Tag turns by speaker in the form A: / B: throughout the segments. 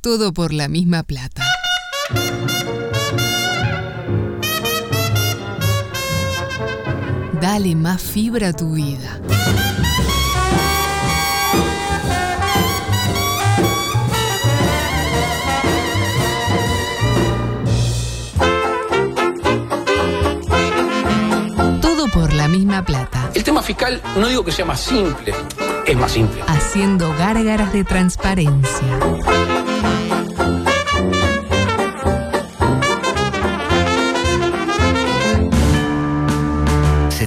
A: Todo por la misma plata. Dale más fibra a tu vida. Todo por la misma plata.
B: El tema fiscal no digo que sea más simple, es más simple.
A: Haciendo gárgaras de transparencia.
C: Se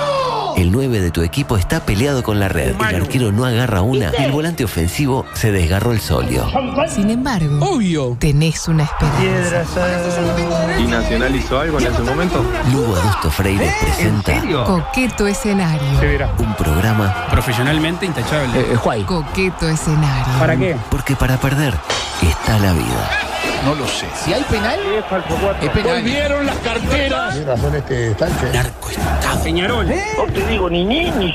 C: El 9 de tu equipo está peleado con la red. El arquero no agarra una y el volante ofensivo se desgarró el solio.
A: Sin embargo,
B: Obvio.
A: tenés una esperanza.
D: ¿Y Nacional hizo algo en ese momento?
C: Lugo Adusto Freire presenta
A: Coqueto
E: Se
A: escenario.
E: verá.
C: un programa
B: Profesionalmente intachable.
A: Coqueto escenario.
E: ¿Para qué?
C: porque para perder está la vida.
B: Volvieron las carteras.
F: este
B: Peñarol.
F: ¡Impresionante!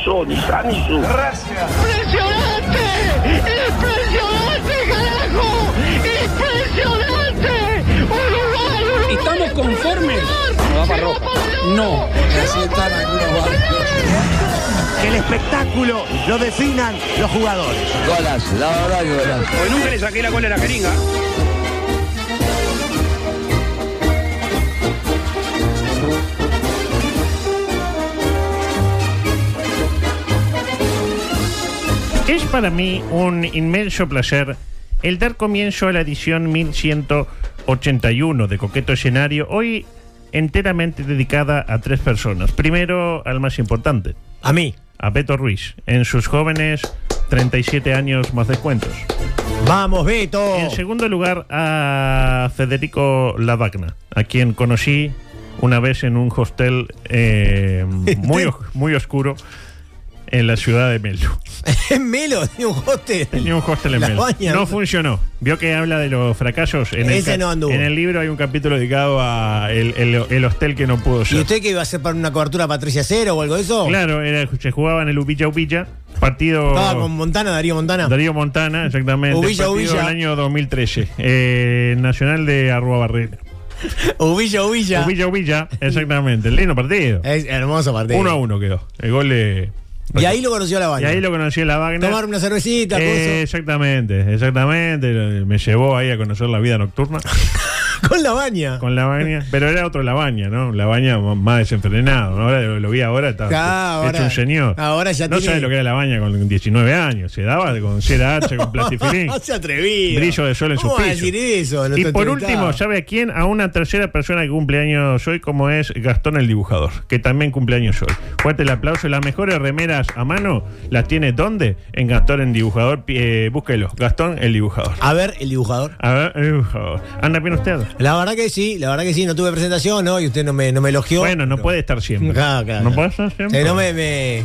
F: ¡Impresionante, carajo! ¡Impresionante! ¡Uruguay, Uruguay!
B: ¿Estamos conformes?
F: No va para roja.
B: No.
G: Que el espectáculo lo definan los jugadores.
B: Porque nunca le saqué la cola a la jeringa.
H: Es para mí un inmenso placer el dar comienzo a la edición 1181 de Coqueto Escenario, hoy enteramente dedicada a tres personas. Primero, al más importante,
G: A mí,
H: a Beto Ruiz, en sus jóvenes 37 años más descuentos.
G: vamos Beto.
H: En segundo lugar, a Federico Lavagna, a quien conocí una vez en un hostel eh, muy, os- muy oscuro en la ciudad de Melo.
G: En Melo, ni un hostel.
H: Tenía un hostel en
G: La
H: Melo.
G: baña,
H: No
G: ¿no?
H: funcionó. Vio que habla de los fracasos. En
G: Ese
H: el, ca-
G: no anduvo.
H: En el libro hay un capítulo dedicado a el, el- el hostel que no pudo ser.
G: ¿Y usted qué iba a hacer para una cobertura Patricia Cero o algo de eso?
H: Claro, era, se jugaba en el Ubilla Ubilla. Partido
G: Estaba con Montana, Darío Montana.
H: Darío Montana, exactamente.
G: Ubilla,
H: partido
G: Ubilla.
H: del año 2013. eh, nacional de Arrua Barrera.
G: Ubilla, Ubilla.
H: Ubilla Ubilla, exactamente. Lindo partido.
G: Es hermoso partido.
H: Uno a uno quedó. El gol de.
G: Y ahí lo conoció la
H: Y
G: banda.
H: ahí lo conocí en la Wagner.
G: Tomar una cervecita,
H: Eh, exactamente, exactamente. Me llevó ahí a conocer la vida nocturna.
G: coso. con la baña.
H: con la baña, pero era otro la baña, ¿no? La baña más desenfrenado. ¿no? Ahora lo, lo vi ahora, estaba
G: Ah,
H: hecho
G: ahora-
H: un señor.
G: ahora ya
H: no
G: tiene-
H: sabe lo que era la baña con 19 años. Se daba con cera H, con plastifilín.
G: No se atrevido.
H: Brillo de sol en sus
G: ¿Cómo va a
H: pisos.
G: decir eso?
H: Y
G: Nuestro
H: por
G: entrevistado.
H: último, ¿sabe a quién? A una tercera persona que cumple años hoy, como es Gastón el Dibujador, que también cumple años hoy. Fuerte el aplauso. Las mejores remeras a mano, ¿las tiene dónde? En Gastón el Dibujador. Eh, búsquelo. Gastón el Dibujador.
G: A ver, el dibujador.
H: A ver, el dibujador. ¿Anda bien usted?
G: La verdad que sí, la verdad que sí. No tuve presentación hoy, usted no me, no me elogió.
H: Bueno, no
G: Pero-
H: puede estar siempre.
G: Claro, claro,
H: no
G: claro.
H: puede estar siempre.
G: Eh, no me, me,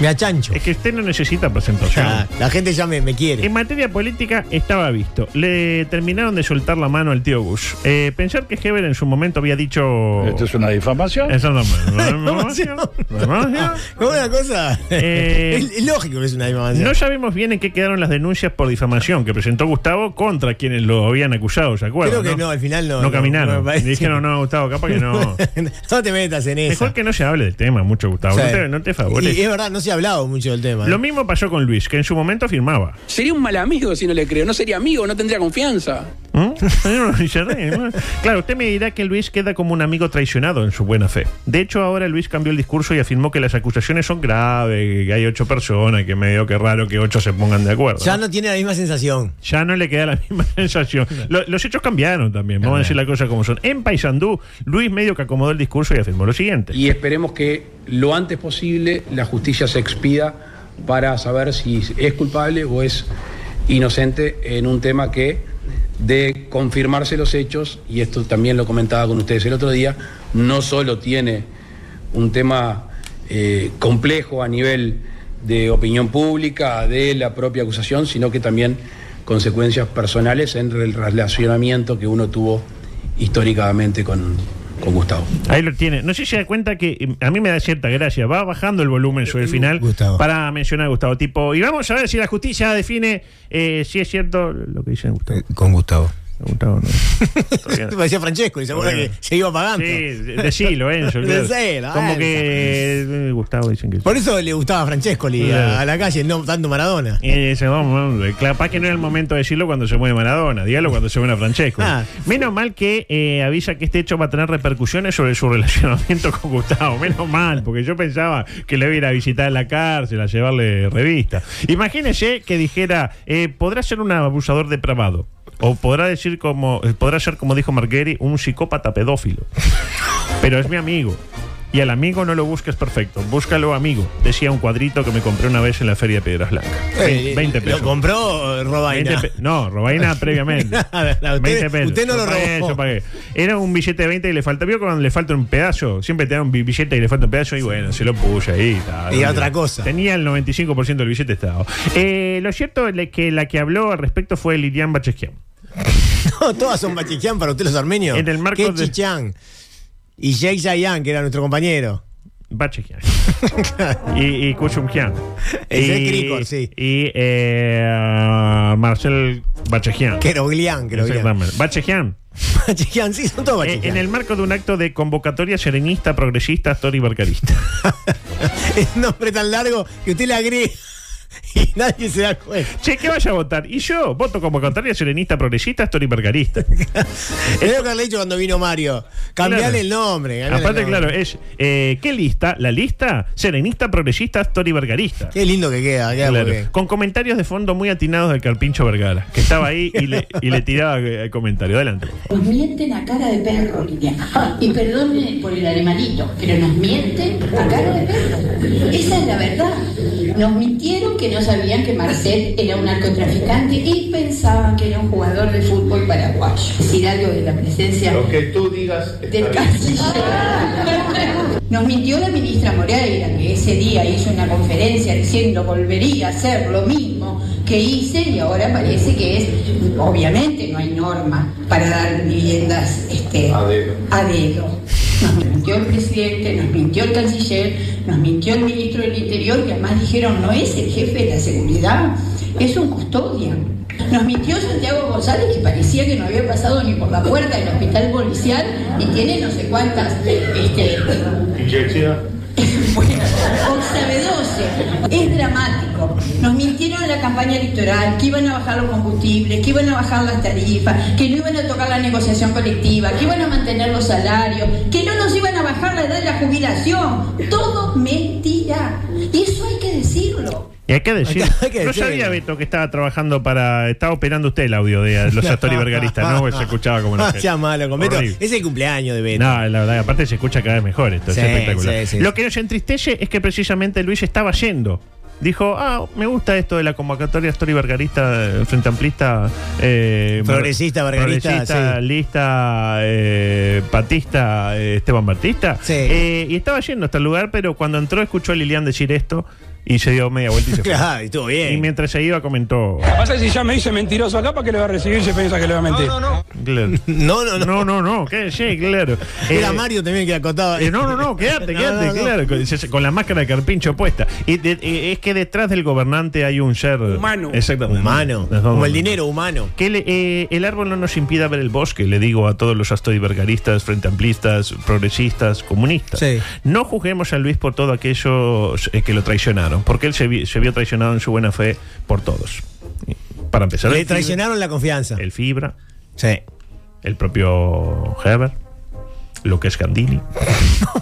G: me achancho.
H: Es que usted no necesita presentación.
G: Ah, la gente ya me, me quiere.
H: En materia política estaba visto. Le terminaron de soltar la mano al tío Bush. Eh, pensar que Heber en su momento había dicho.
I: Esto es una difamación.
H: Eso no me- no me- no me-
G: Difamación.
H: no me-
G: Como una cosa.
H: Eh,
G: es, es lógico que es una difamación.
H: No sabemos bien en qué quedaron las denuncias por difamación que presentó Gustavo contra quienes lo habían acusado, ¿se acuerdan?
G: Creo que no, al final no.
H: No caminaron.
G: no me parece.
H: Dijeron, no, Gustavo, capaz que no.
G: no te metas en eso.
H: Mejor que no se hable del tema mucho, Gustavo. No te, no te favores.
G: Y es verdad, no se ha hablado mucho del tema. ¿eh?
H: Lo mismo pasó con Luis, que en su momento firmaba.
B: Sería un mal amigo si no le creo. No sería amigo, no tendría confianza.
H: ¿Mm? Y se ríe, ¿no? claro, usted me dirá que Luis queda como un amigo traicionado en su buena fe. De hecho, ahora Luis cambió el discurso y afirmó que las acusaciones son graves, que hay ocho personas, que medio que raro que ocho se pongan de acuerdo.
G: ya no tiene la misma sensación.
H: Ya no le queda la misma sensación. Lo- los hechos cambiaron también, vamos a decir las cosas como son. En Paysandú, Luis medio que acomodó el discurso y afirmó lo siguiente.
J: y esperemos que lo antes posible la justicia se expida para saber si es culpable o es inocente en un tema que de confirmarse los hechos, y esto también lo comentaba con ustedes el otro día, no solo tiene un tema eh, complejo a nivel de opinión pública, de la propia acusación, sino que también consecuencias personales en el relacionamiento que uno tuvo históricamente con, con Gustavo.
H: Ahí lo tiene. No sé si se da cuenta que eh, a mí me da cierta gracia. Va bajando el volumen sobre el final
G: Gustavo.
H: para mencionar a Gustavo. Tipo, y vamos a ver si la justicia define eh, si es cierto lo que dice Gustavo.
G: Eh, Con Gustavo.
H: Gustavo no. Todavía no.
G: Parecía Francesco, y se acuerda que se iba apagando.
H: Sí, decilo, Enzo. claro.
G: Decilo,
H: Como
G: Enzo.
H: que eh, Gustavo dicen que sí.
G: pues. Por eso le gustaba a Francesco a, a la calle, no tanto Maradona.
H: Eh, dice, vamos, vamos, capaz que no era el momento de decirlo cuando se mueve Maradona, dígalo cuando se mueve Francesco.
G: Ah.
H: Menos mal que eh, avisa que este hecho va a tener repercusiones sobre su relacionamiento con Gustavo. Menos mal, porque yo pensaba que le iba a ir a visitar en la cárcel, a llevarle revistas. Imagínese que dijera, eh, podrá ser un abusador depravado. O podrá decir como, eh, podrá ser como dijo Marguerite, un psicópata pedófilo. Pero es mi amigo. Y al amigo no lo busques perfecto, búscalo amigo, decía un cuadrito que me compré una vez en la Feria de Piedras Blancas. Ve-
G: Eh,
H: 20 pesos.
G: Lo compró eh, Robaina.
H: 20 pe- no, Robaina previamente.
G: A ver, a usted- usted no
H: Yo
G: lo
H: pagué,
G: robó.
H: yo pagué. Era un billete de 20 y le falta. ¿Vio cuando le falta un pedazo? Siempre te dan un bi- billete y le falta un pedazo y bueno, se lo puse ahí. tal.
G: Y otra cosa.
H: Tenía el 95% del billete estado. Eh, lo cierto es que la que habló al respecto fue Lilian Bacheskian.
G: No, todas son bachichán para ustedes los armenios.
H: En el marco
G: Qué
H: de-
G: chichán. Y Jake Zayan, que era nuestro compañero.
H: Bachekian. y, y Kuchumkian.
G: Ese es Cricor, sí.
H: Y eh, Marcel Bachekian.
G: Keroglian, Keroglian.
H: Exactamente. Bachekian.
G: Bachichán, sí, son todos
H: Eh,
G: bachichán.
H: en el marco de un acto de convocatoria serenista, progresista, actor y barcarista.
G: Es un nombre tan largo que usted le agrega y nadie se da cuenta.
H: Che, que vaya a votar. Y yo voto convocatoria serenista, progresista, actor y barcarista.
G: Es lo que le he dicho cuando vino Mario. Cambiarle
H: Claro.
G: el nombre. cambiale el
H: Aparte,
G: nombre.
H: claro, es. eh, ¿Qué lista? La lista serenista, progresista, actor y barcarista.
G: Qué lindo que queda. queda
H: Claro.
G: porque-
H: Con comentarios de fondo muy atinados del Carpincho Vergara, que estaba ahí y le, y le tiraba eh, comentario. Adelante.
K: Nos mienten a cara de perro, Liliana. Y perdone por el alemanito, pero nos mienten a cara de perro. Esa es la verdad. Nos mintieron que no sabían que Marcel era un narcotraficante y pensaban que era un jugador de fútbol paraguayo. Decir algo de la presencia
D: que tú digas
K: del canciller. Nos mintió la ministra Moreira, que ese día hizo una conferencia diciendo volvería a hacer lo mismo que hice y ahora parece que es, obviamente no hay norma para dar viviendas este,
D: A dedo.
K: a dedo. Nos mintió el presidente, nos mintió el canciller, nos mintió el ministro del Interior, que además dijeron no es el jefe de la seguridad, es un custodia. Nos mintió Santiago González, que parecía que no había pasado ni por la puerta del hospital policial y tiene no sé cuántas este, bueno, Octave 12, es dramático. Nos mintieron en la campaña electoral, que iban a bajar los combustibles, que iban a bajar las tarifas, que no iban a tocar la negociación colectiva, que iban a mantener los salarios, que no nos iban a bajar la edad de la jubilación. Todo mentira. Y eso hay que decirlo.
H: Y hay que decir.
G: Hay que
H: no
G: decirlo.
H: sabía, Beto, que estaba trabajando para. Estaba operando usted el audio de los actores vergaristas, ¿no? Porque Se escuchaba como.
G: No
H: enojé.
G: sea malo, con Beto.
H: Horrible.
G: Es el cumpleaños de Beto.
H: No, la verdad, aparte se escucha cada vez mejor esto, es
G: Sí,
H: espectacular.
G: sí, sí.
H: Lo que nos entristece es que precisamente Luis estaba yendo. Dijo, ah, me gusta esto de la convocatoria Story Vergarista, eh, Frente Amplista. eh,
G: Progresista,
H: mar-
G: vergarista,
H: progresista,
G: sí.
H: lista, eh, patista, eh, Esteban Batista.
G: Sí.
H: Eh, y estaba yendo hasta el lugar, pero cuando entró escuchó a Lilian decir esto y se dio media vuelta y se fue.
G: Claro, y estuvo
H: Y
G: bien.
H: mientras se iba comentó.
B: Pasa que si ya me dice mentiroso acá, ¿para qué le va a recibir si piensa que le va a mentir?
H: Claro.
G: No, no,
H: No,
G: no.
H: no, no, cállese, claro.
G: Era
H: Eh,
G: Mario también que acotaba.
H: Eh, no, no, no, quédate,
G: No,
H: quédate,
G: no, no.
H: claro, con, se- con la máscara de carpincho puesta. Y de- eh, es que detrás del gobernante hay un ser
B: Humano.
H: Exactamente.
G: Humano.
H: Nos vamos.
G: Como el dinero humano.
H: Que le- eh, el árbol no nos impida ver el bosque, le digo a todos los astoibergaristas, frente amplistas, progresistas, comunistas.
G: Sí.
H: No juzguemos a Luis por todo aquello eh, que lo traicionaron, porque él se, vi- se vio traicionado en su buena fe por todos. Para empezar,
G: Le
H: el Fibra-
G: traicionaron la confianza.
H: este- el Fibra,
G: Sí.
H: el propio Heber, lo que es Gandini.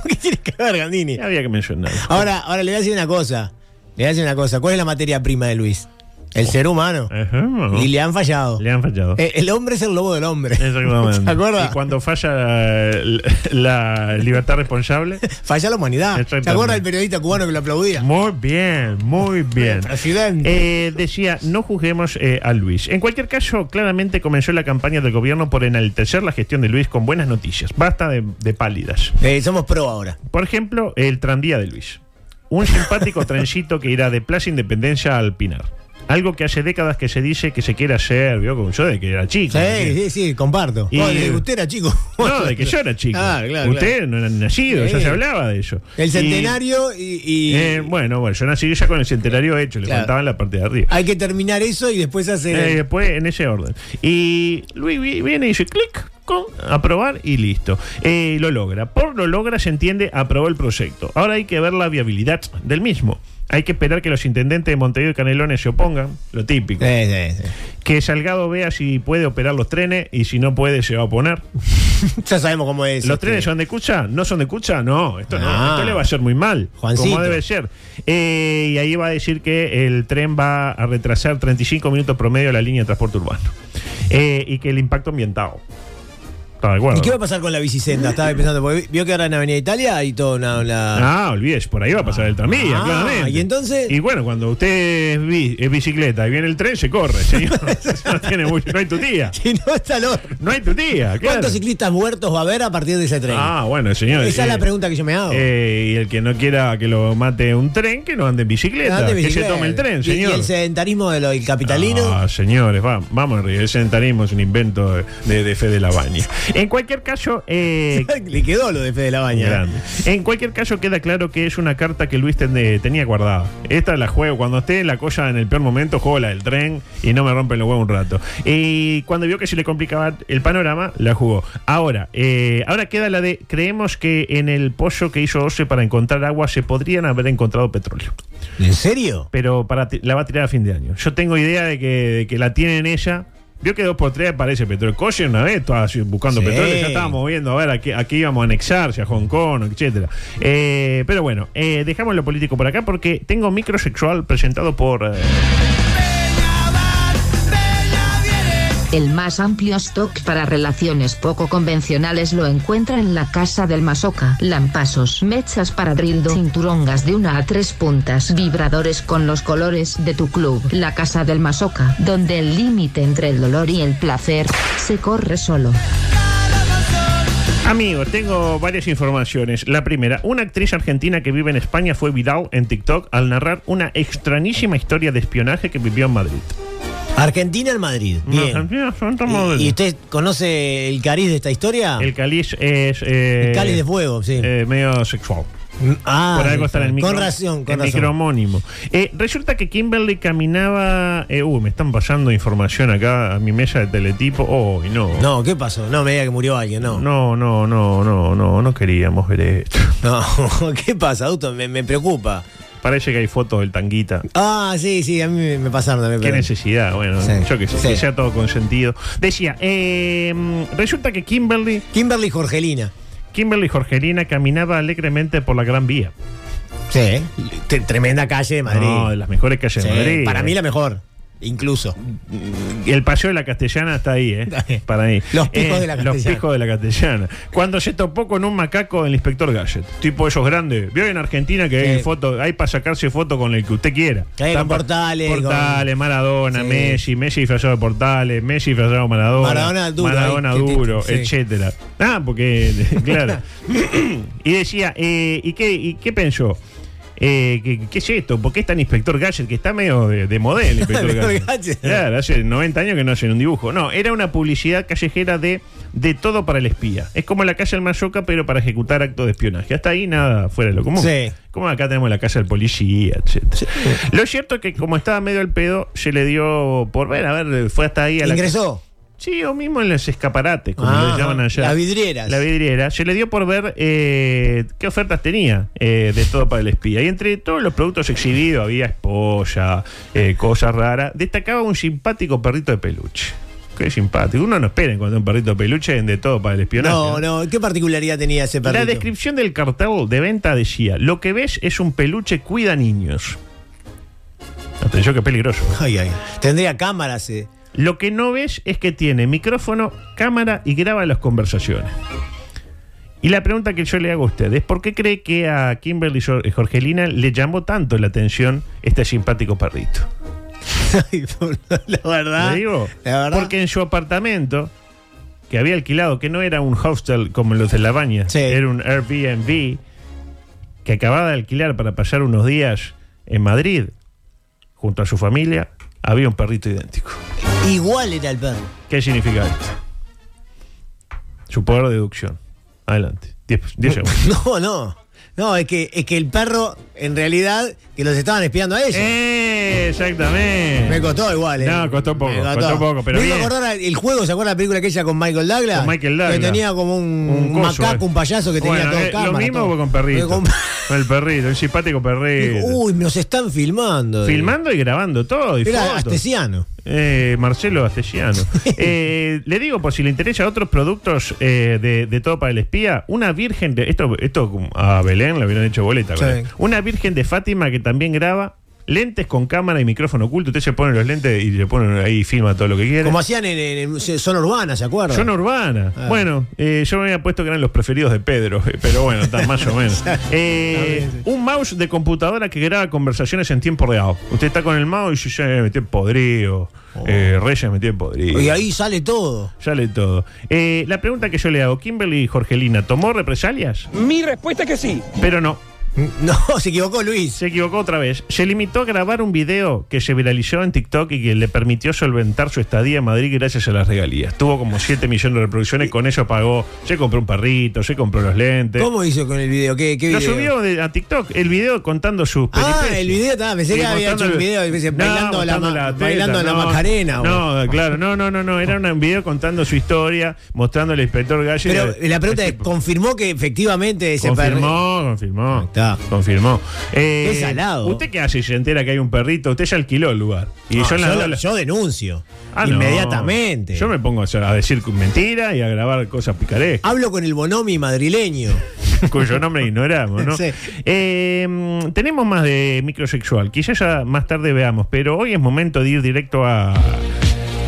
G: ¿Qué tiene que ver, Gandini?
H: Había que mencionar.
G: Ahora, ahora le voy a decir una cosa. Le voy a decir una cosa. ¿Cuál es la materia prima de Luis? El ser humano.
H: Ajá.
G: Y le han fallado.
H: Eh, Le han fallado.
G: Eh, El hombre es el lobo del hombre.
H: Exactamente.
G: ¿Se acuerda?
H: Y cuando falla eh, la, la libertad responsable.
G: Falla la humanidad. ¿Se
H: Exactamente.
G: acuerda el periodista cubano que lo aplaudía?
H: Muy bien, muy bien.
G: Presidente.
H: Eh, decía, no juzguemos eh, a Luis. En cualquier caso, claramente comenzó la campaña del gobierno por enaltecer la gestión de Luis con buenas noticias. Basta de, de pálidas.
G: Eh, somos pro ahora.
H: Por ejemplo, el tranvía de Luis. Un simpático trencito que irá de Plaza Independencia al Pinar. Algo que hace décadas que se dice que se quiere hacer, vio, como yo de que era chico.
G: Sí, sí, sí, comparto.
H: Y-
G: Oh, de que usted era chico.
H: No, de que yo era chico.
G: Ah, claro,
H: Ustedes
G: claro.
H: no eran nacidos, ya
G: Sí.
H: se hablaba de ello.
G: El
H: Y-
G: centenario y. y-
H: eh, bueno, bueno, yo nací ya con el centenario hecho, le
G: Claro.
H: faltaban la parte de arriba.
G: Hay que terminar eso y después hacer.
H: Eh, después en ese orden. Y Luis vi- viene y dice clic, con, aprobar y listo. Eh, lo logra. Por lo logra se entiende, aprobó el proyecto. Ahora hay que ver la viabilidad del mismo. Hay que esperar que los intendentes de Montevideo y Canelones se opongan, lo típico.
G: Sí, sí, sí.
H: Que Salgado vea si puede operar los trenes y si no puede se va a oponer.
G: Ya sabemos cómo es.
H: ¿Los
G: este,
H: trenes son de cucha? ¿No son de cucha? No, esto no,
G: Ah.
H: esto le va a hacer muy mal.
G: Juancito.
H: Como debe ser. Eh, y ahí va a decir que el tren va a retrasar 35 minutos promedio la línea de transporte urbano. Eh, y que el impacto ambiental. ¿Está de acuerdo?
G: ¿Y qué va a pasar con la bicicenda? Estaba pensando, porque vio que ahora en Avenida Italia hay toda una. una-
H: Ah, olvides, por ahí va a pasar el tranvía,
G: Ah,
H: claramente.
G: y entonces-
H: Y bueno, cuando usted es, bi- es bicicleta y viene el tren, se corre, señor. no, tiene mucho, no hay tu tía.
G: Si no está el horno.
H: No hay tu tía, claro.
G: ¿Cuántos ciclistas muertos va a haber a partir de ese tren?
H: Ah, bueno, señor.
G: Esa es
H: eh,
G: la pregunta que yo me hago.
H: Eh, y el que no quiera que lo mate un tren, que no ande en bicicleta. Que
G: Andate bicicleta.
H: se tome el tren,
G: Y-
H: señor.
G: Y, el sedentarismo del capitalino.
H: Ah, señores, va- vamos arriba. El sedentarismo es un invento de, de, de Fede Labaña. En cualquier caso, eh,
G: Le quedó lo de Fede la Baña.
H: grande. En cualquier caso, queda claro que es una carta que Luis ten- eh, tenía guardada. Esta la juego. Cuando esté la cosa en el peor momento, juego la del tren y no me rompen los huevos un rato. Y cuando vio que se le complicaba el panorama, la jugó. Ahora, eh, ahora queda la de: creemos que en el pozo que hizo Ose para encontrar agua se podrían haber encontrado petróleo
G: ¿En serio?
H: pero para ti- la va a tirar a fin de año. Yo tengo idea de que, de que la tienen ella. Vio que dos por tres aparece petróleo. Coche una vez estaba así buscando
G: Sí.
H: petróleo, ya estábamos viendo a ver a qué, a qué íbamos a anexar, si a Hong Kong, etcétera. Eh, pero bueno, eh, dejamos lo político por acá porque tengo microsexual presentado por. eh,
A: El más amplio stock para relaciones poco convencionales lo encuentra en la casa del masoca. Lampasos, mechas para drildo, cinturongas de una a tres puntas, vibradores con los colores de tu club. La casa del masoca, donde el límite entre el dolor y el placer se corre solo.
H: Amigos, tengo varias informaciones. La primera, una actriz argentina que vive en España fue viral en TikTok al narrar una extrañísima historia de espionaje que vivió en Madrid.
G: Argentina en Madrid. Bien.
H: Argentina, Santa Madrid.
G: ¿Y, y usted conoce el cariz de esta historia?
H: El cáliz es. eh,
G: Ah. El cáliz de fuego, sí.
H: eh, medio sexual.
G: Mm, ah,
H: Por algo está en el micro,
G: Con razón, con
H: el
G: razón.
H: microhomónimo. Eh, resulta que Kimberly caminaba. eh, uy, me están pasando información acá a mi mesa de teletipo. Uy, no.
G: No, ¿qué pasó? No, me diga que murió alguien, no.
H: No, no, no, no, no, no queríamos ver esto.
G: No, ¿qué pasa, Auto? Me, me preocupa.
H: Parece que hay fotos del tanguita.
G: Ah, sí, sí, a mí me, me pasaron también.
H: Qué
G: pero-
H: necesidad, bueno,
G: Sí,
H: yo que sé,
G: sí.
H: que sea todo consentido. Decía, eh, resulta que Kimberly,
G: Kimberly Jorgelina.
H: Kimberly Jorgelina caminaba alegremente por la Gran Vía.
G: Sí. T- Tremenda calle de Madrid.
H: No, de las mejores calles
G: Sí,
H: de Madrid. eh.
G: Para mí la mejor, incluso.
H: El paseo de la Castellana está ahí,
G: Está bien.
H: ¿eh? Para mí.
G: Los picos
H: Eh,
G: de la
H: Los
G: Castellana.
H: picos de la Castellana. Cuando se topó con un macaco el inspector Gadget. Tipo esos grandes. Vio en Argentina que hay
G: Sí.
H: foto, hay para sacarse foto con el que usted quiera.
G: Sí, con
H: Está pa-
G: Portales,
H: Portales,
G: con-
H: Maradona,
G: Sí.
H: Messi, Messi disfrazado de Portales, Messi disfrazado de Maradona.
G: Maradona duro,
H: Maradona
G: ahí, que-
H: duro,
G: sí.
H: etcétera. Ah, porque, claro. y decía, eh, ¿y, qué, ¿y qué pensó? Eh, ¿qué, qué es esto? ¿Por qué está el inspector Gadget? Que está medio de, de modelo, inspector
G: Inspector
H: Gadget.
G: Gadget.
H: Claro, hace 90 años que no hacen un dibujo. No, era una publicidad callejera de, de todo para el espía. Es como la calle del Mayoca, pero para ejecutar actos de espionaje. Hasta ahí nada fuera de lo común.
G: Sí.
H: Como acá tenemos la calle del policía, etc. Lo cierto es que como estaba medio al pedo, se le dio por ver, a ver, fue hasta ahí a la
G: Ingresó.
H: Sí, o mismo en los escaparates, como
G: Ah,
H: le llaman allá.
G: las vidrieras.
H: La vidriera. Se le dio por ver eh, qué ofertas tenía eh, de todo para el espía. Y entre todos los productos exhibidos había esposa, eh, cosas raras. Destacaba un simpático perrito de peluche. Qué simpático. Uno no espera cuando un perrito de peluche en de todo para el espionaje.
G: No, no, ¿qué particularidad tenía ese perrito?
H: La descripción del cartel de venta decía: Lo que ves es un peluche cuida niños. Atención, que peligroso.
G: Ay, ay. Tendría cámaras. eh.
H: Lo que no ves es que tiene micrófono, cámara y graba las conversaciones. Y la pregunta que yo le hago a usted es: ¿por qué cree que a Kimberly Jor- Jorgelina le llamó tanto la atención este simpático perrito?
G: Ay, por- la verdad.
H: ¿Le digo?
G: La verdad.
H: Porque en su apartamento, que había alquilado, que no era un hostel como los de La Baña,
G: Sí.
H: era un Airbnb, que acababa de alquilar para pasar unos días en Madrid, junto a su familia, había un perrito idéntico.
G: Igual era el perro.
H: ¿Qué significa esto? Su poder de deducción. Adelante. 10 segundos.
G: No, no. No, es que, es que el perro, en realidad, que los estaban espiando a ellos.
H: Eh, exactamente.
G: Me costó igual, eh.
H: No, costó poco,
G: Me
H: costó poco, pero
G: Me hizo
H: bien.
G: acordar al- el juego, ¿se acuerda la película aquella con Michael Douglas?
H: Con Michael Douglas.
G: Que tenía como un,
H: coso,
G: macaco,
H: eh.
G: un payaso que
H: Bueno,
G: tenía
H: eh,
G: dos cámaras.
H: Lo mismo
G: todo.
H: fue con perrito.
G: Fue
H: Con... el perrito, el simpático perrito.
G: Dijo, Uy, nos están filmando.
H: Filmando y grabando todo. Y
G: Era
H: fotos.
G: astesiano.
H: Eh, Marcelo Astesiano. Eh, le digo, por si le interesa otros productos eh, de, de todo para el espía, una virgen de. Esto, esto a Belén le hubieran hecho boleta.
G: Sí.
H: ¿verdad? Una virgen de Fátima que también graba lentes con cámara y micrófono oculto. Usted se pone los lentes y le ponen ahí y filma todo lo que quiere.
G: Como hacían en, en- en Zona Urbana, ¿se acuerda?
H: Zona urbana.
G: Ah.
H: Bueno, eh, yo me había puesto que eran los preferidos de Pedro, eh, pero bueno, tan más o menos. Eh,
G: Está bien,
H: un mouse de computadora que graba conversaciones en tiempo real. Usted está con el mouse y ya me metí en podrido. eh, Reyes me metí en podrido.
G: Y Oh. ahí sale todo.
H: Sale todo. Eh, la pregunta que yo le hago, Kimberly y Jorgelina, ¿tomó represalias?
B: Mi respuesta es que sí.
H: Pero no.
G: No, se equivocó Luis.
H: Se equivocó otra vez. Se limitó a grabar un video que se viralizó en TikTok y que le permitió solventar su estadía en Madrid gracias a las regalías. Tuvo como 7 millones de reproducciones, con eso pagó, se compró un perrito, se compró los lentes.
G: ¿Cómo hizo con el video? ¿Qué, qué
H: Lo
G: video?
H: subió de- a TikTok, el video contando sus
G: Ah,
H: peripecias.
G: el video estaba. Pensé que
H: Sí,
G: había hecho
H: contando
G: un
H: el-
G: video dice,
H: No,
G: bailando, la,
H: mostrando
G: ma-
H: la teta,
G: bailando la
H: no.
G: Macarena. boludo.
H: No, claro, no, no, no, no. Era un video contando su historia, mostrando al inspector Galle.
G: Pero la pregunta es:
H: Tipo,
G: ¿confirmó que efectivamente ese perro.
H: Confirmó, confirmó.
G: está.
H: Confirmó. Eh,
G: Qué salado.
H: ¿Usted qué hace si se entera que hay un perrito? Usted ya alquiló el lugar. Y
G: No,
H: yo, en la-
G: yo, yo denuncio.
H: Ah, no.
G: inmediatamente.
H: Yo me pongo a, a decir mentiras y a grabar cosas picarescas,
G: Hablo con el bonomi madrileño.
H: cuyo nombre ignoramos, ¿no?
G: Ah. Sí.
H: Eh, mm, tenemos más de microsexual. Quizás ya más tarde veamos, pero hoy es momento de ir directo a.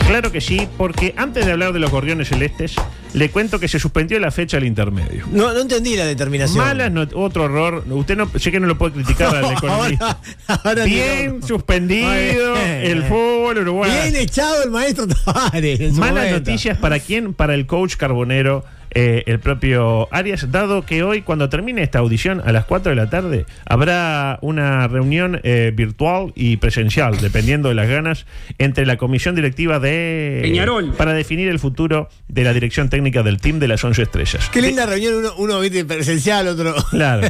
H: Claro que sí, porque antes de hablar de los gorriones celestes, le cuento que se suspendió la fecha al intermedio.
G: No, no entendí la determinación.
H: Malas not- otro error. Usted no, sé que no lo puede criticar al economista.
G: Ahora- ahora
H: bien
G: digo.
H: suspendido
G: Muy bien.
H: el fútbol uruguayo.
G: Bien echado el maestro Tavares. en su
H: Malas
G: momento.
H: noticias para quién? Para el coach carbonero, eh, el propio Arias, dado que hoy, cuando termine esta audición a las 4 de la tarde, habrá una reunión eh, virtual y presencial, dependiendo de las ganas, entre la comisión directiva de
B: Peñarol.
H: para definir el futuro de la dirección técnica del team de las 11 estrellas.
G: Qué linda reunión, uno, uno viste presencial, otro.
H: Claro.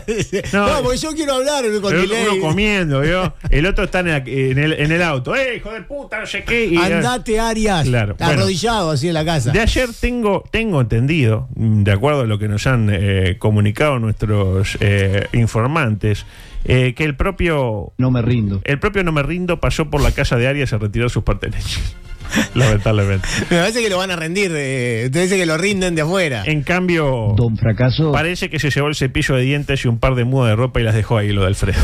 G: no,
H: No, eh,
G: porque yo quiero hablar con
H: Pero
G: Milei.
H: uno comiendo, ¿vio? El otro está en, la- en el, en el auto. ¡Eh, hijo de puta! No sé qué. Y-
G: Andate, Arias.
H: eh, Claro, bueno.
G: Arrodillado así en la casa.
H: De ayer tengo, tengo entendido, mm, de acuerdo a lo que nos han eh, comunicado nuestros eh, informantes, eh, que el propio,
L: No me rindo.
H: el propio No Me Rindo pasó por la casa de Arias a retirar sus pertenencias. Lamentablemente.
G: Me parece que lo van a rendir. Eh, te dice que lo rinden de afuera.
H: En cambio,
L: Don Fracaso.
H: parece que se llevó el cepillo de dientes y un par de mudas de ropa y las dejó ahí, lo de Alfredo.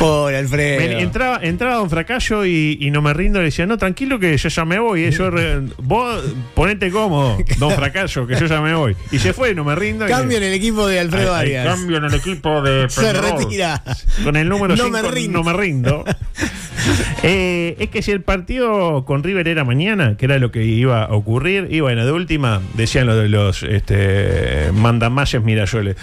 G: Pobre Alfredo.
H: Me- entraba, entraba un fracaso y, y no me rindo. Le decía, no, tranquilo que yo ya me voy. eh, yo re- vos ponete cómodo, don fracaso, que yo ya me voy. Y se fue, no me rindo. y-
G: Cambio en el equipo de Alfredo
H: Hay- hay
G: Arias.
H: Cambio en el equipo de
G: Se
H: Peñarol.
G: retira.
H: Con el número
G: No
H: 5
G: me rindo.
H: no me rindo. Eh, es que si el partido con River era mañana, que era lo que iba a ocurrir, y bueno, de última, decían los, los este, mandamases mirayoles.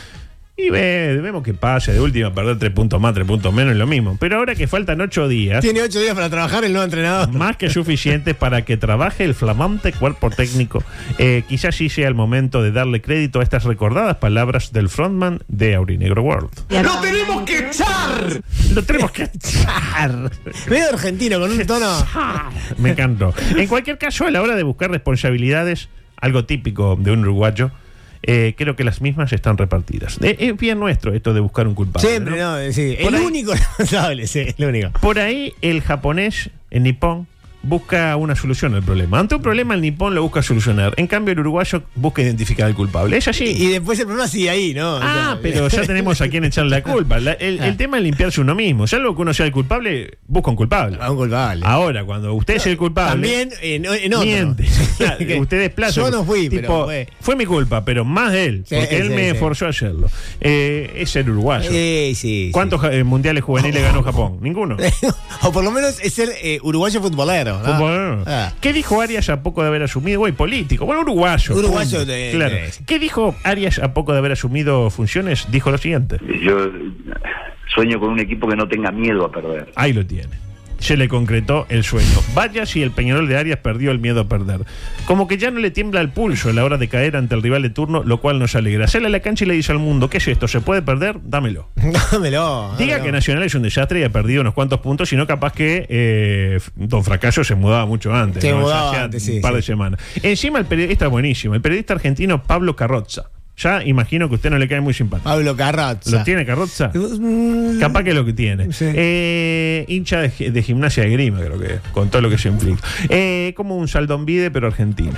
H: Y ve, vemos que pase, de última, perder tres puntos más, tres puntos menos, es lo mismo. Pero ahora que faltan ocho días,
G: Tiene ocho días para trabajar el nuevo entrenador.
H: más que suficientes para que trabaje el flamante cuerpo técnico. Eh, quizás sí sea el momento de darle crédito a estas recordadas palabras del frontman de Aurinegro World.
A: ¡Lo tenemos que echar!
H: Lo tenemos que echar.
G: Medio argentino con un tono.
H: Me encantó. En cualquier caso, a la hora de buscar responsabilidades, algo típico de un uruguayo, eh, creo que las mismas están repartidas. Eh, es bien nuestro esto de buscar un culpable.
G: Siempre,
H: ¿no?
G: ¿no? Eh, sí.
H: Por
G: El
H: ahí-
G: único responsable, sí, el único.
H: Por ahí el japonés, el nipón, busca una solución al problema. Ante un problema el nipón lo busca solucionar. En cambio el uruguayo busca identificar al culpable. Es
G: Y
H: así.
G: después el problema sigue ahí, ¿no? O
H: Ah,
G: sea,
H: pero ya tenemos a quien echar la culpa. La- el,
G: Ah.
H: el tema es limpiarse uno mismo. Ya luego que uno sea el culpable, busca un culpable.
G: A un culpable.
H: Ahora, cuando usted es el culpable...
G: Ah, También en, en otro.
H: Ah, Miente. Claro,
G: Que
H: Usted desplaza.
G: Yo no fui,
H: Tipo,
G: pero fue.
H: fue mi culpa, pero más de él.
G: Sí,
H: porque él
G: sí,
H: me
G: sí.
H: forzó a hacerlo. Eh, es el uruguayo.
G: Eh, sí, sí.
H: ¿Cuántos ja- eh, mundiales juveniles ganó Japón? Ninguno.
G: o por lo menos es el eh, uruguayo futbolero. ¿no?
H: Futbolero.
G: Ah.
H: ¿Qué dijo Arias a poco de haber asumido? Güey, político. Bueno, uruguayo.
G: Uruguayo
H: punto.
G: de-
H: claro.
G: de-
H: ¿Qué dijo Arias a poco de haber asumido funciones? Dijo lo siguiente.
I: Yo sueño con un equipo que no tenga miedo a perder.
H: Ahí lo tiene. se le concretó el sueño. Vaya si el Peñarol de Arias perdió el miedo a perder. Como que ya no le tiembla el pulso a la hora de caer ante el rival de turno, lo cual nos alegra. Sale a la cancha y le dice al mundo, ¿qué es esto? ¿Se puede perder? Dámelo.
G: Dámelo.
H: Diga
G: dámelo.
H: que Nacional es un desastre y ha perdido unos cuantos puntos, sino capaz que eh, Don Fracaso se mudaba mucho antes.
G: Se
H: Ya
G: mudaba
H: hacía
G: antes,
H: Un
G: sí,
H: par de
G: sí.
H: semanas. Encima el periodista es buenísimo, el periodista argentino Pablo Carrozza. Ya imagino que a usted no le cae muy simpático.
G: Pablo Carrazza.
H: ¿Lo tiene Carrozza?
G: Mm,
H: Capaz que es lo que tiene.
G: Sí.
H: Eh, hincha de, gi- de gimnasia de grima, creo que es, con todo lo que se implica. Eh, como un saldonvide, pero argentino.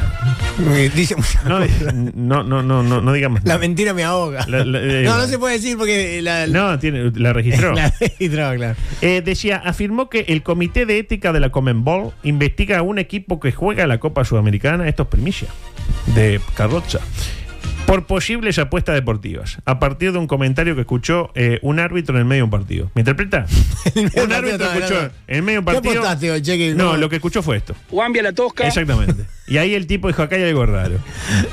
G: eh, dice-
H: No, di- no, no, no, no, no digamos.
G: la
H: nada.
G: mentira me ahoga.
H: La- la- eh,
G: no, no se puede decir porque la,
H: No, tiene, la registró.
G: la registró, claro.
H: Eh, decía, afirmó que el Comité de Ética de la Comenbol investiga a un equipo que juega la Copa Sudamericana, esto es primicia, de Carrocha, por posibles apuestas deportivas, a partir de un comentario que escuchó eh, un árbitro en el medio de un partido. ¿Me interpreta?
G: medio
H: un
G: partido
H: árbitro
G: está
H: escuchó
G: ganando.
H: en el medio de un
G: ¿Qué
H: partido.
G: apostaste, don Cheque?
H: No,
G: No.
H: lo que escuchó fue esto.
B: Guambia la tosca.
H: Exactamente. Y ahí el tipo dijo, acá hay algo raro.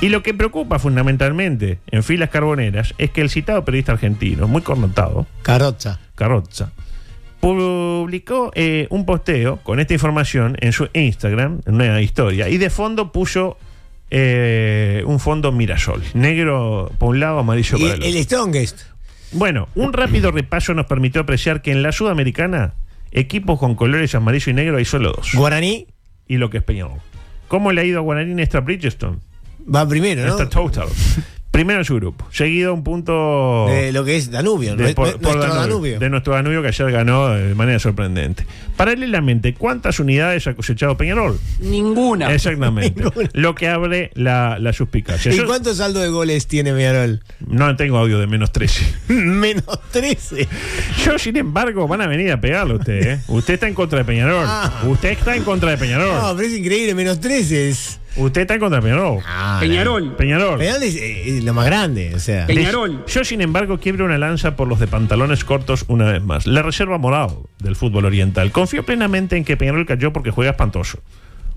H: Y lo que preocupa fundamentalmente en filas carboneras es que el citado periodista argentino, muy connotado,
G: Carrozza.
H: Carrozza, publicó eh, un posteo con esta información en su Instagram, en una historia, y de fondo puso eh, un fondo Mirasol, negro por un lado, amarillo
G: Y
H: por el otro.
G: el Strongest.
H: Bueno, un rápido repaso nos permitió apreciar que en la Sudamericana, equipos con colores amarillo y negro hay solo dos.
G: Guaraní
H: y lo que es Peñarol. ¿Cómo le ha ido a Guaraní en esta Bridgestone?
G: va primero, ¿no?
H: Esta Total. Primero en su grupo, seguido a un punto
G: De lo que es Danubio.
H: de,
G: nue-
H: por-
G: nue-
H: por
G: nuestro Danubio.
H: de nuestro Danubio que ayer ganó de manera sorprendente. Paralelamente, ¿cuántas unidades ha cosechado Peñarol?
B: Ninguna.
H: Exactamente. Lo que abre la, la suspicacia.
G: ¿Y
H: Yo
G: cuántos saldo de goles tiene Peñarol?
H: no tengo audio de menos 13.
G: Menos 13.
H: Yo, sin embargo, van a venir a pegarlo a usted. ¿eh? Usted está en contra de Peñarol.
G: Ah.
H: Usted está en contra de
G: No,
H: Peñarol.
G: pero es increíble, menos 13 es.
H: Usted está en contra de Peñarol.
G: Ah.
B: Peñarol.
H: Peñarol.
G: Peñarol es, eh, es lo más grande, o sea.
B: Pe- Peñarol.
H: Yo, sin embargo, quiebro una lanza por los de pantalones cortos una vez más. La reserva moral del fútbol oriental. Confío plenamente en que Peñarol cayó porque juega espantoso.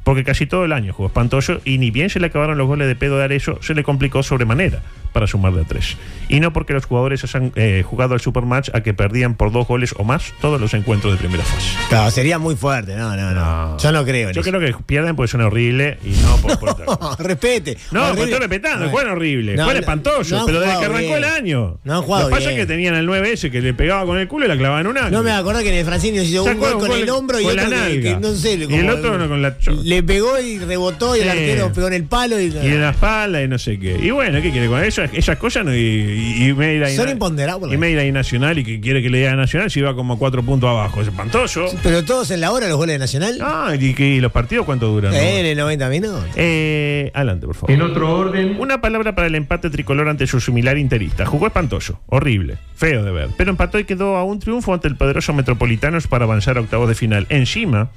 H: Porque casi todo el año jugó espantoso y ni bien se le acabaron los goles de pedo de Areso, se le complicó sobremanera para sumar de a tres. Y no porque los jugadores hayan eh, jugado al Supermatch a que perdían por dos goles o más todos los encuentros de primera fase.
G: Claro, sería muy fuerte, no, no, no.
H: No.
G: Yo no creo en
H: Yo
G: eso.
H: creo que pierden porque suena horrible y no por, por otra cosa.
G: No, respete.
H: No, pues
G: Horrible.
H: pero estoy respetando, juegan horrible,
G: No,
H: juegan
G: no,
H: espantoso,
G: no han
H: pero desde que
G: jugado
H: arrancó el
G: bien.
H: año.
G: No han jugado
H: Lo que pasa es
G: bien.
H: que tenían al 9S que le pegaba con el culo y la clavaban en un ángulo.
G: No me acuerdo que en el Francini nos hizo
H: ¿Se
G: un gol
H: acuerdan? Un
G: con
H: gol
G: el hombro y
H: con
G: otro
H: la
G: que,
H: nalga.
G: que no sé.
H: Y
G: como-
H: el otro no con la cho-
G: Le pegó y rebotó y el
H: Sí.
G: arquero pegó en el palo. Y,
H: Y en la espalda y no sé qué. Y bueno, ¿qué quiere con eso? Esas cosas no, y, y, y Meira y
G: Son
H: Na-
G: imponderables.
H: Y Meira y Nacional y que quiere que le diga a Nacional si va como a cuatro puntos abajo. Es espantoso.
G: Pero todos en la hora los goles de Nacional.
H: Ah, y, que- y los partidos cuánto duran. no?
G: Eh, en el 90 minutos.
H: Eh, adelante, por favor.
D: En otro orden,
H: Una palabra para el empate tricolor ante su similar interista. Jugó espantoso, horrible, feo de ver. Pero empató y quedó a un triunfo ante el poderoso Metropolitanos para avanzar a octavos de final. Encima,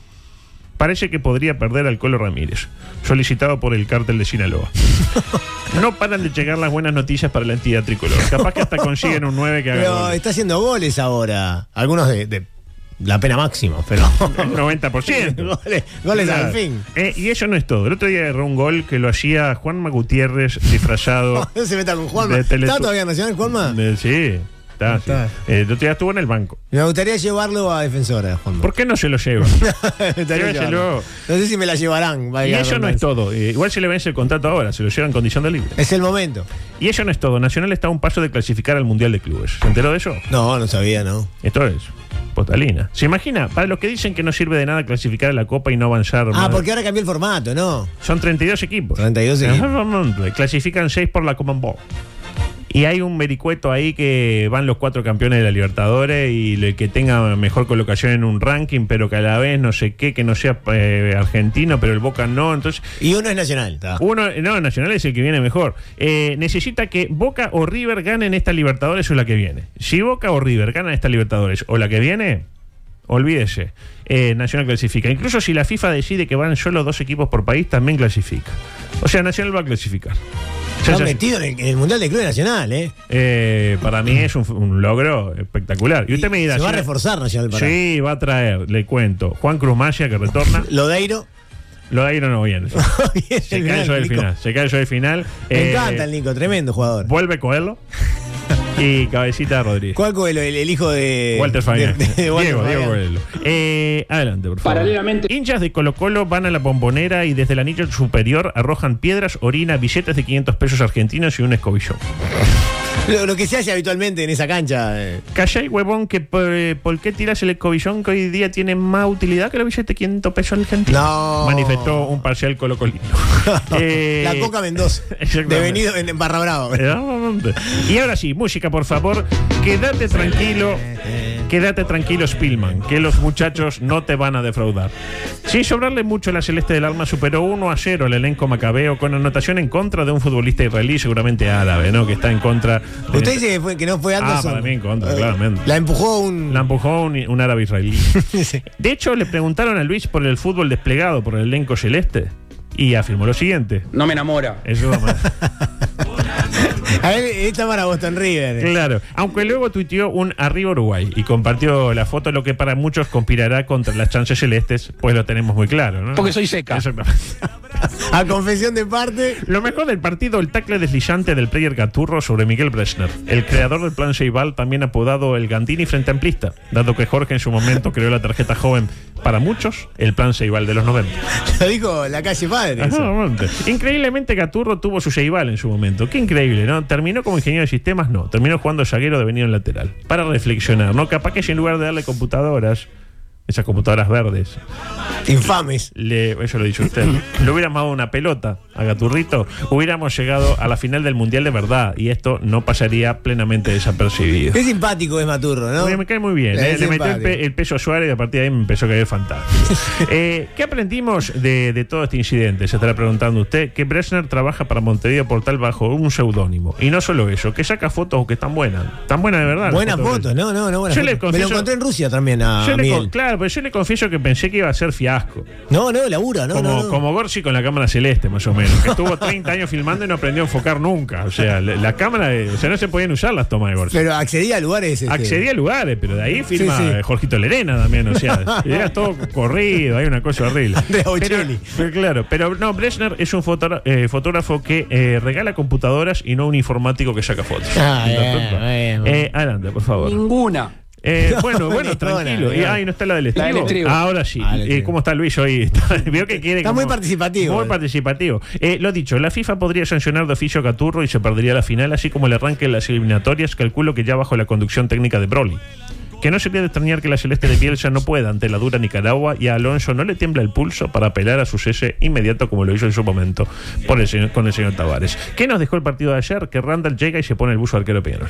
H: parece que podría perder al Colo Ramírez, solicitado por el cártel de Sinaloa. No paran de llegar las buenas noticias para la entidad tricolor. Capaz que hasta consiguen un 9 que haga
G: Pero
H: goles.
G: está haciendo goles ahora. Algunos de, de la pena máxima, pero.
H: El 90%.
G: goles goles
H: Claro.
G: al fin.
H: Eh, y eso no es todo. El otro día agarró un gol que lo hacía Juanma Gutiérrez disfrazado
G: No se meta con Juanma.
H: De Teletu-
G: ¿Está todavía en Nacional, Juanma?
H: Eh, sí, está. sí.
G: Está.
H: Eh, el otro día estuvo en el banco.
G: Me gustaría llevarlo a defensora, Juanma.
H: ¿Por qué no se lo lleva?
G: Me gustaría
H: Lléveselo.
G: llevarlo. No sé si me la llevarán.
H: y
G: vaya
H: eso no
G: redundancia.
H: es todo. Eh, igual se le vence el contrato ahora, se lo lleva en condición de libre.
G: Es el momento.
H: Y eso no es todo. Nacional está a un paso de clasificar al Mundial de Clubes. ¿Se enteró de eso?
G: No, no sabía, no.
H: Esto es. Potalina. ¿Se imagina? Para los que dicen que no sirve de nada clasificar a la Copa y no avanzar.
G: Ah,
H: más.
G: porque ahora cambió el formato, ¿no?
H: Son 32 equipos.
G: 32 equipos.
H: Exactamente. Clasifican 6 por la Common Ball. Y hay un vericueto ahí que van los cuatro campeones de la Libertadores y el que tenga mejor colocación en un ranking, pero que a la vez no sé qué, que no sea eh, argentino, pero el Boca no. Entonces,
G: Y uno es Nacional. está.
H: uno, no, Nacional es el que viene mejor. Eh, necesita que Boca o River ganen esta Libertadores o la que viene. Si Boca o River ganan esta Libertadores o la que viene, olvídese. Eh, Nacional clasifica. Incluso si la FIFA decide que van solo dos equipos por país, también clasifica. O sea, Nacional va a clasificar.
G: Está
H: Sensación.
G: metido en el, en el Mundial de Clubes Nacional, ¿eh?
H: Eh, para mí es un, un logro espectacular. Y usted me dirá.
G: Se va a
H: sí,
G: reforzar Nacional para.
H: Sí, va a traer, le cuento. Juan Cruz Maya que retorna.
G: Lodeiro.
H: Lo de ahí no viene.
G: Bien,
H: Se cayó
G: el gran
H: del
G: Nico.
H: final. Se cayó del final.
G: Me
H: Eh,
G: encanta el Nico, tremendo jugador.
H: Vuelve Coelho. Y Cabecita Rodríguez. Eh,
G: ¿Cuál Coelho? El, el hijo de.
H: Walter
G: de-
H: Fabián.
G: de- de Walter
H: Diego, Diego
G: Fabián.
H: Coelho. Eh, adelante, por favor.
J: Paralelamente-
H: Hinchas de Colo Colo van a la bombonera y desde el anillo superior arrojan piedras, orina, billetes de 500 pesos argentinos y un escobillón.
G: Lo, lo que se hace habitualmente en esa cancha. eh.
H: Calla huevón que por, eh, ¿por qué tiras el escobillón que hoy día tiene más utilidad que los billetes de 500 pesos argentinos?
G: No.
H: Manifestó un parcial colocolino. Eh,
G: La Coca Mendoza.
H: Exactamente.
G: Devenido en, en Barra Bravo.
H: Exactamente. ¿Eh? Y ahora sí, música, por favor. Quédate tranquilo. Quédate tranquilo, Spillman, que los muchachos no te van a defraudar. Sin sobrarle mucho, la Celeste del Alma superó 1 a 0 el elenco macabeo con anotación en contra de un futbolista israelí, seguramente árabe, ¿no? Que está en contra. de-
G: Usted dice que, fue- que no fue
H: Ah,
G: Anderson.
H: para mí en contra,
G: Eh,
H: claramente.
G: La empujó un.
H: La empujó un, un árabe israelí.
G: Sí.
H: De hecho, le preguntaron a Luis por el fútbol desplegado por el elenco celeste y afirmó lo siguiente.
J: No me enamora.
H: Eso es más.
G: A ver, esta para Boston River.
H: Claro, aunque luego tuiteó un arriba Uruguay y compartió la foto, lo que para muchos conspirará contra las chances celestes, pues lo tenemos muy claro, ¿no?
J: Porque soy seca.
H: Exactamente.
G: A confesión de parte.
H: Lo mejor del partido, el tackle deslizante del player Gaturro sobre Miguel Bresner, el creador del plan Seibal, también apodado el Gandini frente amplista, dado que Jorge en su momento creó la tarjeta joven para muchos, el plan Seibal de los 90.
G: Lo dijo la calle padre. eso.
H: Ajá, monte. Ah, Increíblemente Gaturro tuvo su Seibal en su momento. Qué increíble, ¿no? Terminó como ingeniero de sistemas, no. Terminó jugando zaguero devenido en lateral. Para reflexionar, ¿no? Capaz que si en lugar de darle computadoras, esas computadoras verdes,
G: Infames.
H: le, eso lo dice usted, le hubiéramos dado una pelota a Gaturrito, hubiéramos llegado a la final del Mundial de verdad y esto no pasaría plenamente desapercibido.
G: Qué simpático es Maturro, ¿no?
H: Oye, me cae muy bien.
G: La
H: eh.
G: es
H: Le metió el,
G: simpático.
H: pe- el peso a Suárez y a partir de ahí me empezó a caer fantástico. Eh, ¿Qué aprendimos de, de todo este incidente? Se estará preguntando usted. Que Bresner trabaja para Montevideo Portal bajo un seudónimo. Y no solo eso, que saca fotos que están buenas. Tan buenas de verdad. las
G: Buenas
H: de
G: fotos,
H: Bresner.
G: no, no, no. buenas
H: Yo le
G: fotos. Me lo
H: confieso-
G: encontré en Rusia también a
H: Yo le con-
G: Miguel.
H: claro, pero yo le confieso que pensé que iba a ser fiasco.
G: No, no, labura, no,
H: como,
G: no, no.
H: como Gorsi con la cámara celeste, más o menos. Que estuvo 30 años filmando y no aprendió a enfocar nunca. O sea, la, la cámara, eh, o sea, no se podían usar las tomas de Gorsi.
G: Pero accedía a lugares. este,
H: Accedía a lugares, pero de ahí firma
G: Sí, sí.
H: eh, Jorgito Lerena también, o sea, era todo corrido, hay una cosa horrible.
G: Andrea
H: pero,
G: Bocelli.
H: pero claro, pero no, Bresner es un fotora- eh, fotógrafo que eh, regala computadoras y no un informático que saca fotos.
G: Ah, bien, bien, bien.
H: Eh, adelante, por favor.
J: Ninguna.
H: Eh,
G: No,
H: bueno, bueno,
G: ninguna,
H: tranquilo. Y,
G: bien.
H: ah, y no está la del
J: La del
H: estribo.
J: estribo.
H: Ahora sí.
G: Ah, la del
H: Eh,
G: estribo.
H: ¿Cómo está Luis hoy? Está- Veo que quiere.
G: Está
H: como-
G: muy participativo.
H: Muy participativo. Eh, lo dicho, la FIFA podría sancionar de oficio a Caturro y se perdería la final, así como el arranque de las eliminatorias. Calculo que ya bajo la conducción técnica de Broly. Que no sería de extrañar que la celeste de Bielsa no pueda ante la dura Nicaragua y a Alonso no le tiembla el pulso para apelar a su cese inmediato como lo hizo en su momento por el señor- con el señor Tavares. ¿Qué nos dejó el partido de ayer? Que Randall llega y se pone el buzo arquero Peñarol.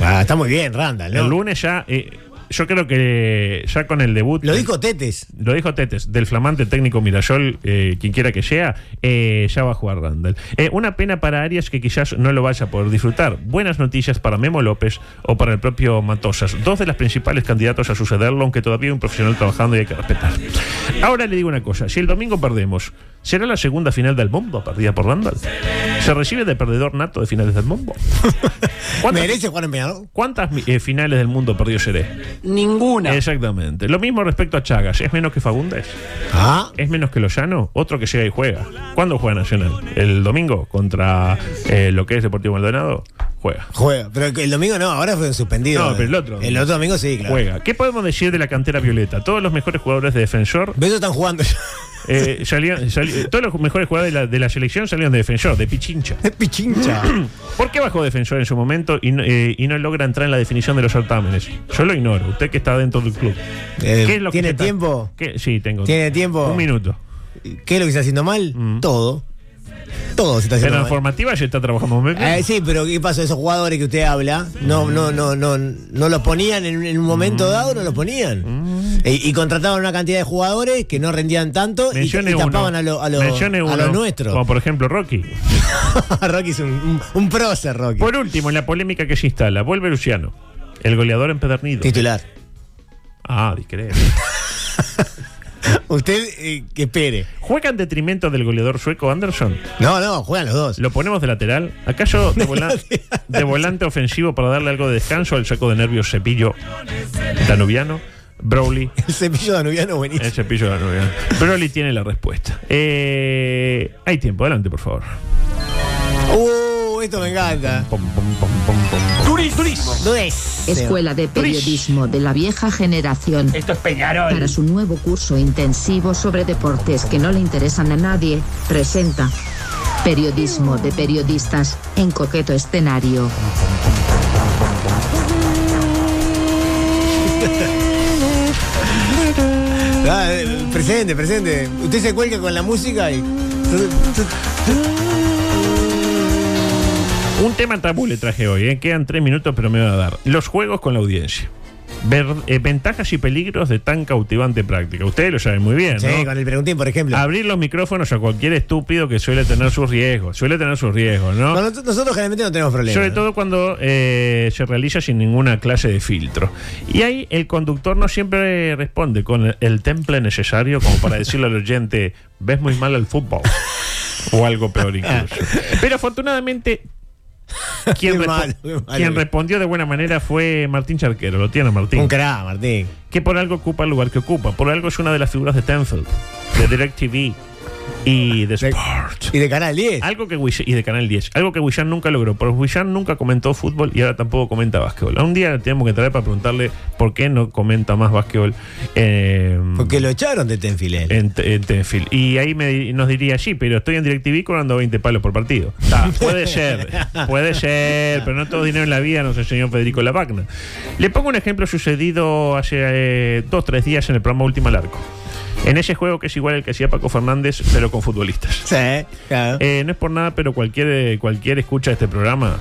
G: Ah, está muy bien, Randall, ¿no?
H: El lunes ya, eh, yo creo que ya con el debut.
G: Lo dijo Tetes.
H: Lo dijo Tetes, del flamante técnico Mirasol, eh, quien quiera que sea, eh, ya va a jugar Randall. Eh, una pena para Arias que quizás no lo vaya a poder disfrutar. Buenas noticias para Memo López o para el propio Matosas, dos de las principales candidatos a sucederlo, aunque todavía hay un profesional trabajando y hay que respetar. Ahora le digo una cosa, si el domingo perdemos, ¿será la segunda final del mundo perdida por Randall? ¿Se recibe de perdedor nato de finales del mundo? ¿Cuántas-
G: ¿Merece jugar en Peñarol?
H: ¿Cuántas eh, finales del mundo perdió Seré?
B: Ninguna.
H: Exactamente. Lo mismo respecto a Chagas. ¿Es menos que Fagundes?
G: Ah,
H: ¿Es menos que Lozano? Otro que llega y juega. ¿Cuándo juega Nacional? ¿El domingo contra eh, lo que es Deportivo Maldonado? Juega.
G: juega. Pero el domingo no, ahora fue suspendido.
H: No, pero el otro.
G: El otro domingo sí, claro.
H: Juega. ¿Qué podemos decir de la cantera violeta? Todos los mejores jugadores de defensor
G: Besos están jugando.
H: eh, salían, sali- eh, todos los mejores jugadores de la, de la selección salieron de defensor, de pichincha.
G: Es pichincha.
H: ¿Por qué bajó defensor en su momento y no, eh, y no logra entrar en la definición de los certámenes? Yo lo ignoro. Usted que está dentro del club.
G: Eh,
H: ¿Qué es lo que
G: ¿Tiene
H: se está-
G: tiempo?
H: ¿Qué? Sí, tengo.
G: ¿Tiene tiempo?
H: Un minuto.
G: ¿Qué es lo que está haciendo mal?
H: Mm.
G: Todo. Todo se está
H: En
G: haciendo
H: la
G: mal.
H: formativa ya está trabajando muy bien.
G: Eh, sí, pero ¿qué pasó? Esos jugadores que usted habla, no, no, no, no, no los ponían en, un- en un momento
H: Mm.
G: dado, no los ponían. Eh, Y, contrataban una cantidad de jugadores que no rendían tanto y,
H: Mencione
G: y
H: uno.
G: tapaban a, lo- a, lo-
H: Mencione
G: a
H: uno.
G: los nuestros.
H: Como por ejemplo Rocky.
G: Rocky es un, un, un prócer, Rocky.
H: Por último, en la polémica que se instala, vuelve Luciano, el goleador empedernido.
G: Titular.
H: Ah, discreto.
G: Usted eh, que espere.
H: ¿Juega en detrimento del goleador sueco Anderson?
G: No, no, juegan los dos.
H: ¿Lo ponemos de lateral? ¿Acaso de, vola- de volante ofensivo para darle algo de descanso al saco de nervios cepillo danubiano? Browley.
G: El cepillo danubiano buenísimo.
H: El cepillo danubiano. Broly tiene la respuesta. Eh, hay tiempo, adelante, por favor.
G: Uh, esto me encanta.
I: Turis, turis.
G: No es.
A: Escuela de Periodismo de la Vieja Generación.
I: Esto es Peñarol.
A: Para su nuevo curso intensivo sobre deportes que no le interesan a nadie, presenta Periodismo de Periodistas en coqueto escenario.
G: Ah, eh, presente, presente. Usted se cuelga con la música y.
H: Un tema tabú le traje hoy, ¿eh? quedan tres minutos, pero me va a dar. Los juegos con la audiencia. Ver- eh, ventajas y peligros de tan cautivante práctica. Ustedes lo saben muy bien,
G: Sí,
H: ¿no?
G: con el preguntín, por ejemplo.
H: Abrir los micrófonos a cualquier estúpido que suele tener sus riesgos. Suele tener sus riesgos, ¿no?
G: No, nosotros, nosotros generalmente no tenemos problemas.
H: Sobre todo cuando eh, se realiza sin ninguna clase de filtro. Y ahí el conductor no siempre responde con el temple necesario como para decirle al oyente, ves muy mal el fútbol. O algo peor incluso. Pero afortunadamente... Quien,
G: Qué
H: respo-
G: malo, qué malo.
H: quien respondió de buena manera fue Martín Charquero, lo tiene Martín.
G: Un crack, Martín.
H: que por algo ocupa el lugar que ocupa, por algo es una de las figuras de Tenfield, de DirecTV y de Sport.
G: Y de Canal 10.
H: Algo que Guillén- y de Canal 10, algo que Willian nunca logró, porque Willian nunca comentó fútbol y ahora tampoco comenta básquetbol. Un día tenemos que traer para preguntarle por qué no comenta más básquetbol eh,
G: Porque lo echaron de Tenfilet.
H: en, Te- en Tenfield. Y ahí me di- nos diría, sí, pero estoy en DirecTV cobrando 20 palos por partido. Ta, puede ser, puede ser, pero no todo dinero en la vida, nos enseñó Federico Lavagna. Le pongo un ejemplo sucedido hace eh, dos, tres días en el programa Última al Arco. En ese juego que es igual al que hacía Paco Fernández, pero con futbolistas.
G: Sí, claro.
H: Eh, no es por nada, pero cualquier, eh, cualquier escucha de este programa,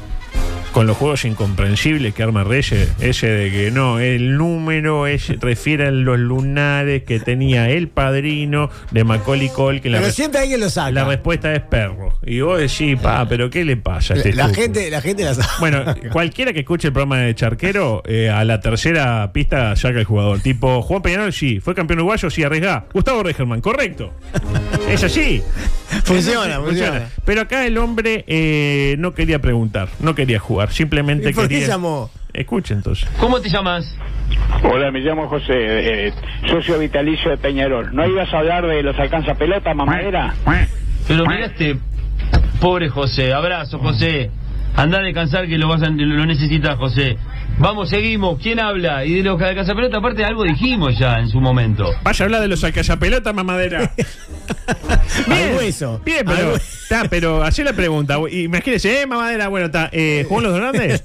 H: con los juegos incomprensibles que arma Reyes, ese de que no, el número es, refieren los lunares que tenía el padrino de Macaulay Cole, que la,
G: Pero
H: re-
G: siempre alguien lo saca.
H: la
G: La,
H: respuesta es perro. Y vos decís, pa, pero ¿qué le pasa? a este
G: Eh, la
H: estúpido?
G: gente, la gente la saca.
H: Bueno, eh, cualquiera que escuche el programa de Charquero, eh, a la tercera pista saca el jugador. Tipo, Juan Peñarol, sí. ¿Fue campeón uruguayo? Sí, arriesgá. Gustavo Regerman, correcto. Es así.
G: Funciona, funciona.
H: Pero acá el hombre eh, no quería preguntar, no quería jugar. Simplemente
G: ¿Y por qué
H: quería.
G: llamó?
H: Escuche entonces.
I: ¿Cómo te llamas?
J: Hola, me llamo José, eh, socio vitalicio de Peñarol. ¿No ibas a hablar de los alcanza pelota, mamadera?
I: Lo miraste. Este, Pobre José. Abrazo, José. Anda a descansar que lo vas a- lo necesitas, José. Vamos, seguimos. ¿Quién habla? Y de los que alcanza pelota, aparte algo dijimos ya en su momento.
H: Vaya a hablar de los pelota mamadera.
G: Al hueso.
H: Bien,
G: Al
H: pero.
G: hueso.
H: Ta, pero así la pregunta. Imagínese, eh, mamadera, bueno, está. Eh, ¿Juan los Hernández?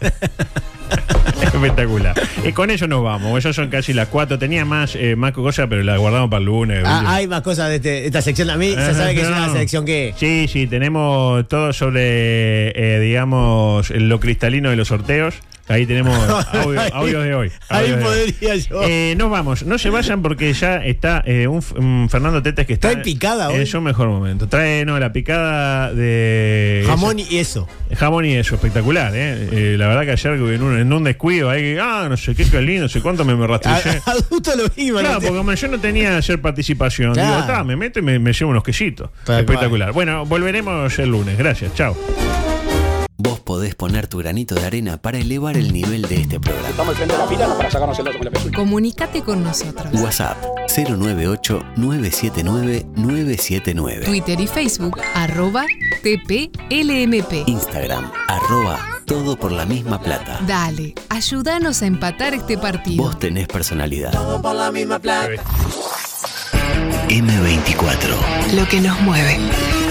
H: Espectacular. Eh, con eso nos vamos. Esas son casi las cuatro. Tenía más, eh, más cosas, pero las guardamos para el lunes.
G: Ah, hay más cosas de este- esta sección. A mí se sabe que es
H: No.
G: una sección que.
H: Eh, Sí, sí, tenemos todo sobre, eh, digamos, lo cristalino de los sorteos. Ahí tenemos audio-
G: Ahí-
H: audios de hoy.
G: ahí
H: audios de hoy.
G: podría yo.
H: Eh, nos vamos, no se vayan porque ya está eh, un, F- un Fernando Tetes que está.
G: ¿Trae picada hoy?
H: En su mejor momento. Trae, no, la picada de.
G: Jamón y eso.
H: Jamón y eso, espectacular, ¿eh? Eh, La verdad que ayer en un, en un descuido, ahí, que, ah, no sé qué, qué lindo, no sé cuánto me, me
G: A-
H: rastrillé.
G: Adulto lo mismo.
H: Claro,
G: ¿no?
H: porque como yo no tenía ayer participación,
G: Claro.
H: digo, "Ta, me meto y me, me llevo unos quesitos.
G: Tal
H: Espectacular. Bueno, volveremos el lunes. Gracias, chao.
C: Vos podés poner tu granito de arena para elevar el nivel de este programa.
J: Estamos enfrente de la pila para sacarnos el dato con la pezuña.
M: Comunícate con nosotros.
C: WhatsApp 098-979-979.
M: Twitter y Facebook, arroba TPLMP.
C: Instagram arroba todo por la misma plata.
M: Dale, ayúdanos a empatar este partido.
C: Vos tenés personalidad. Todo por la misma plata. M24.
M: Lo que nos mueve.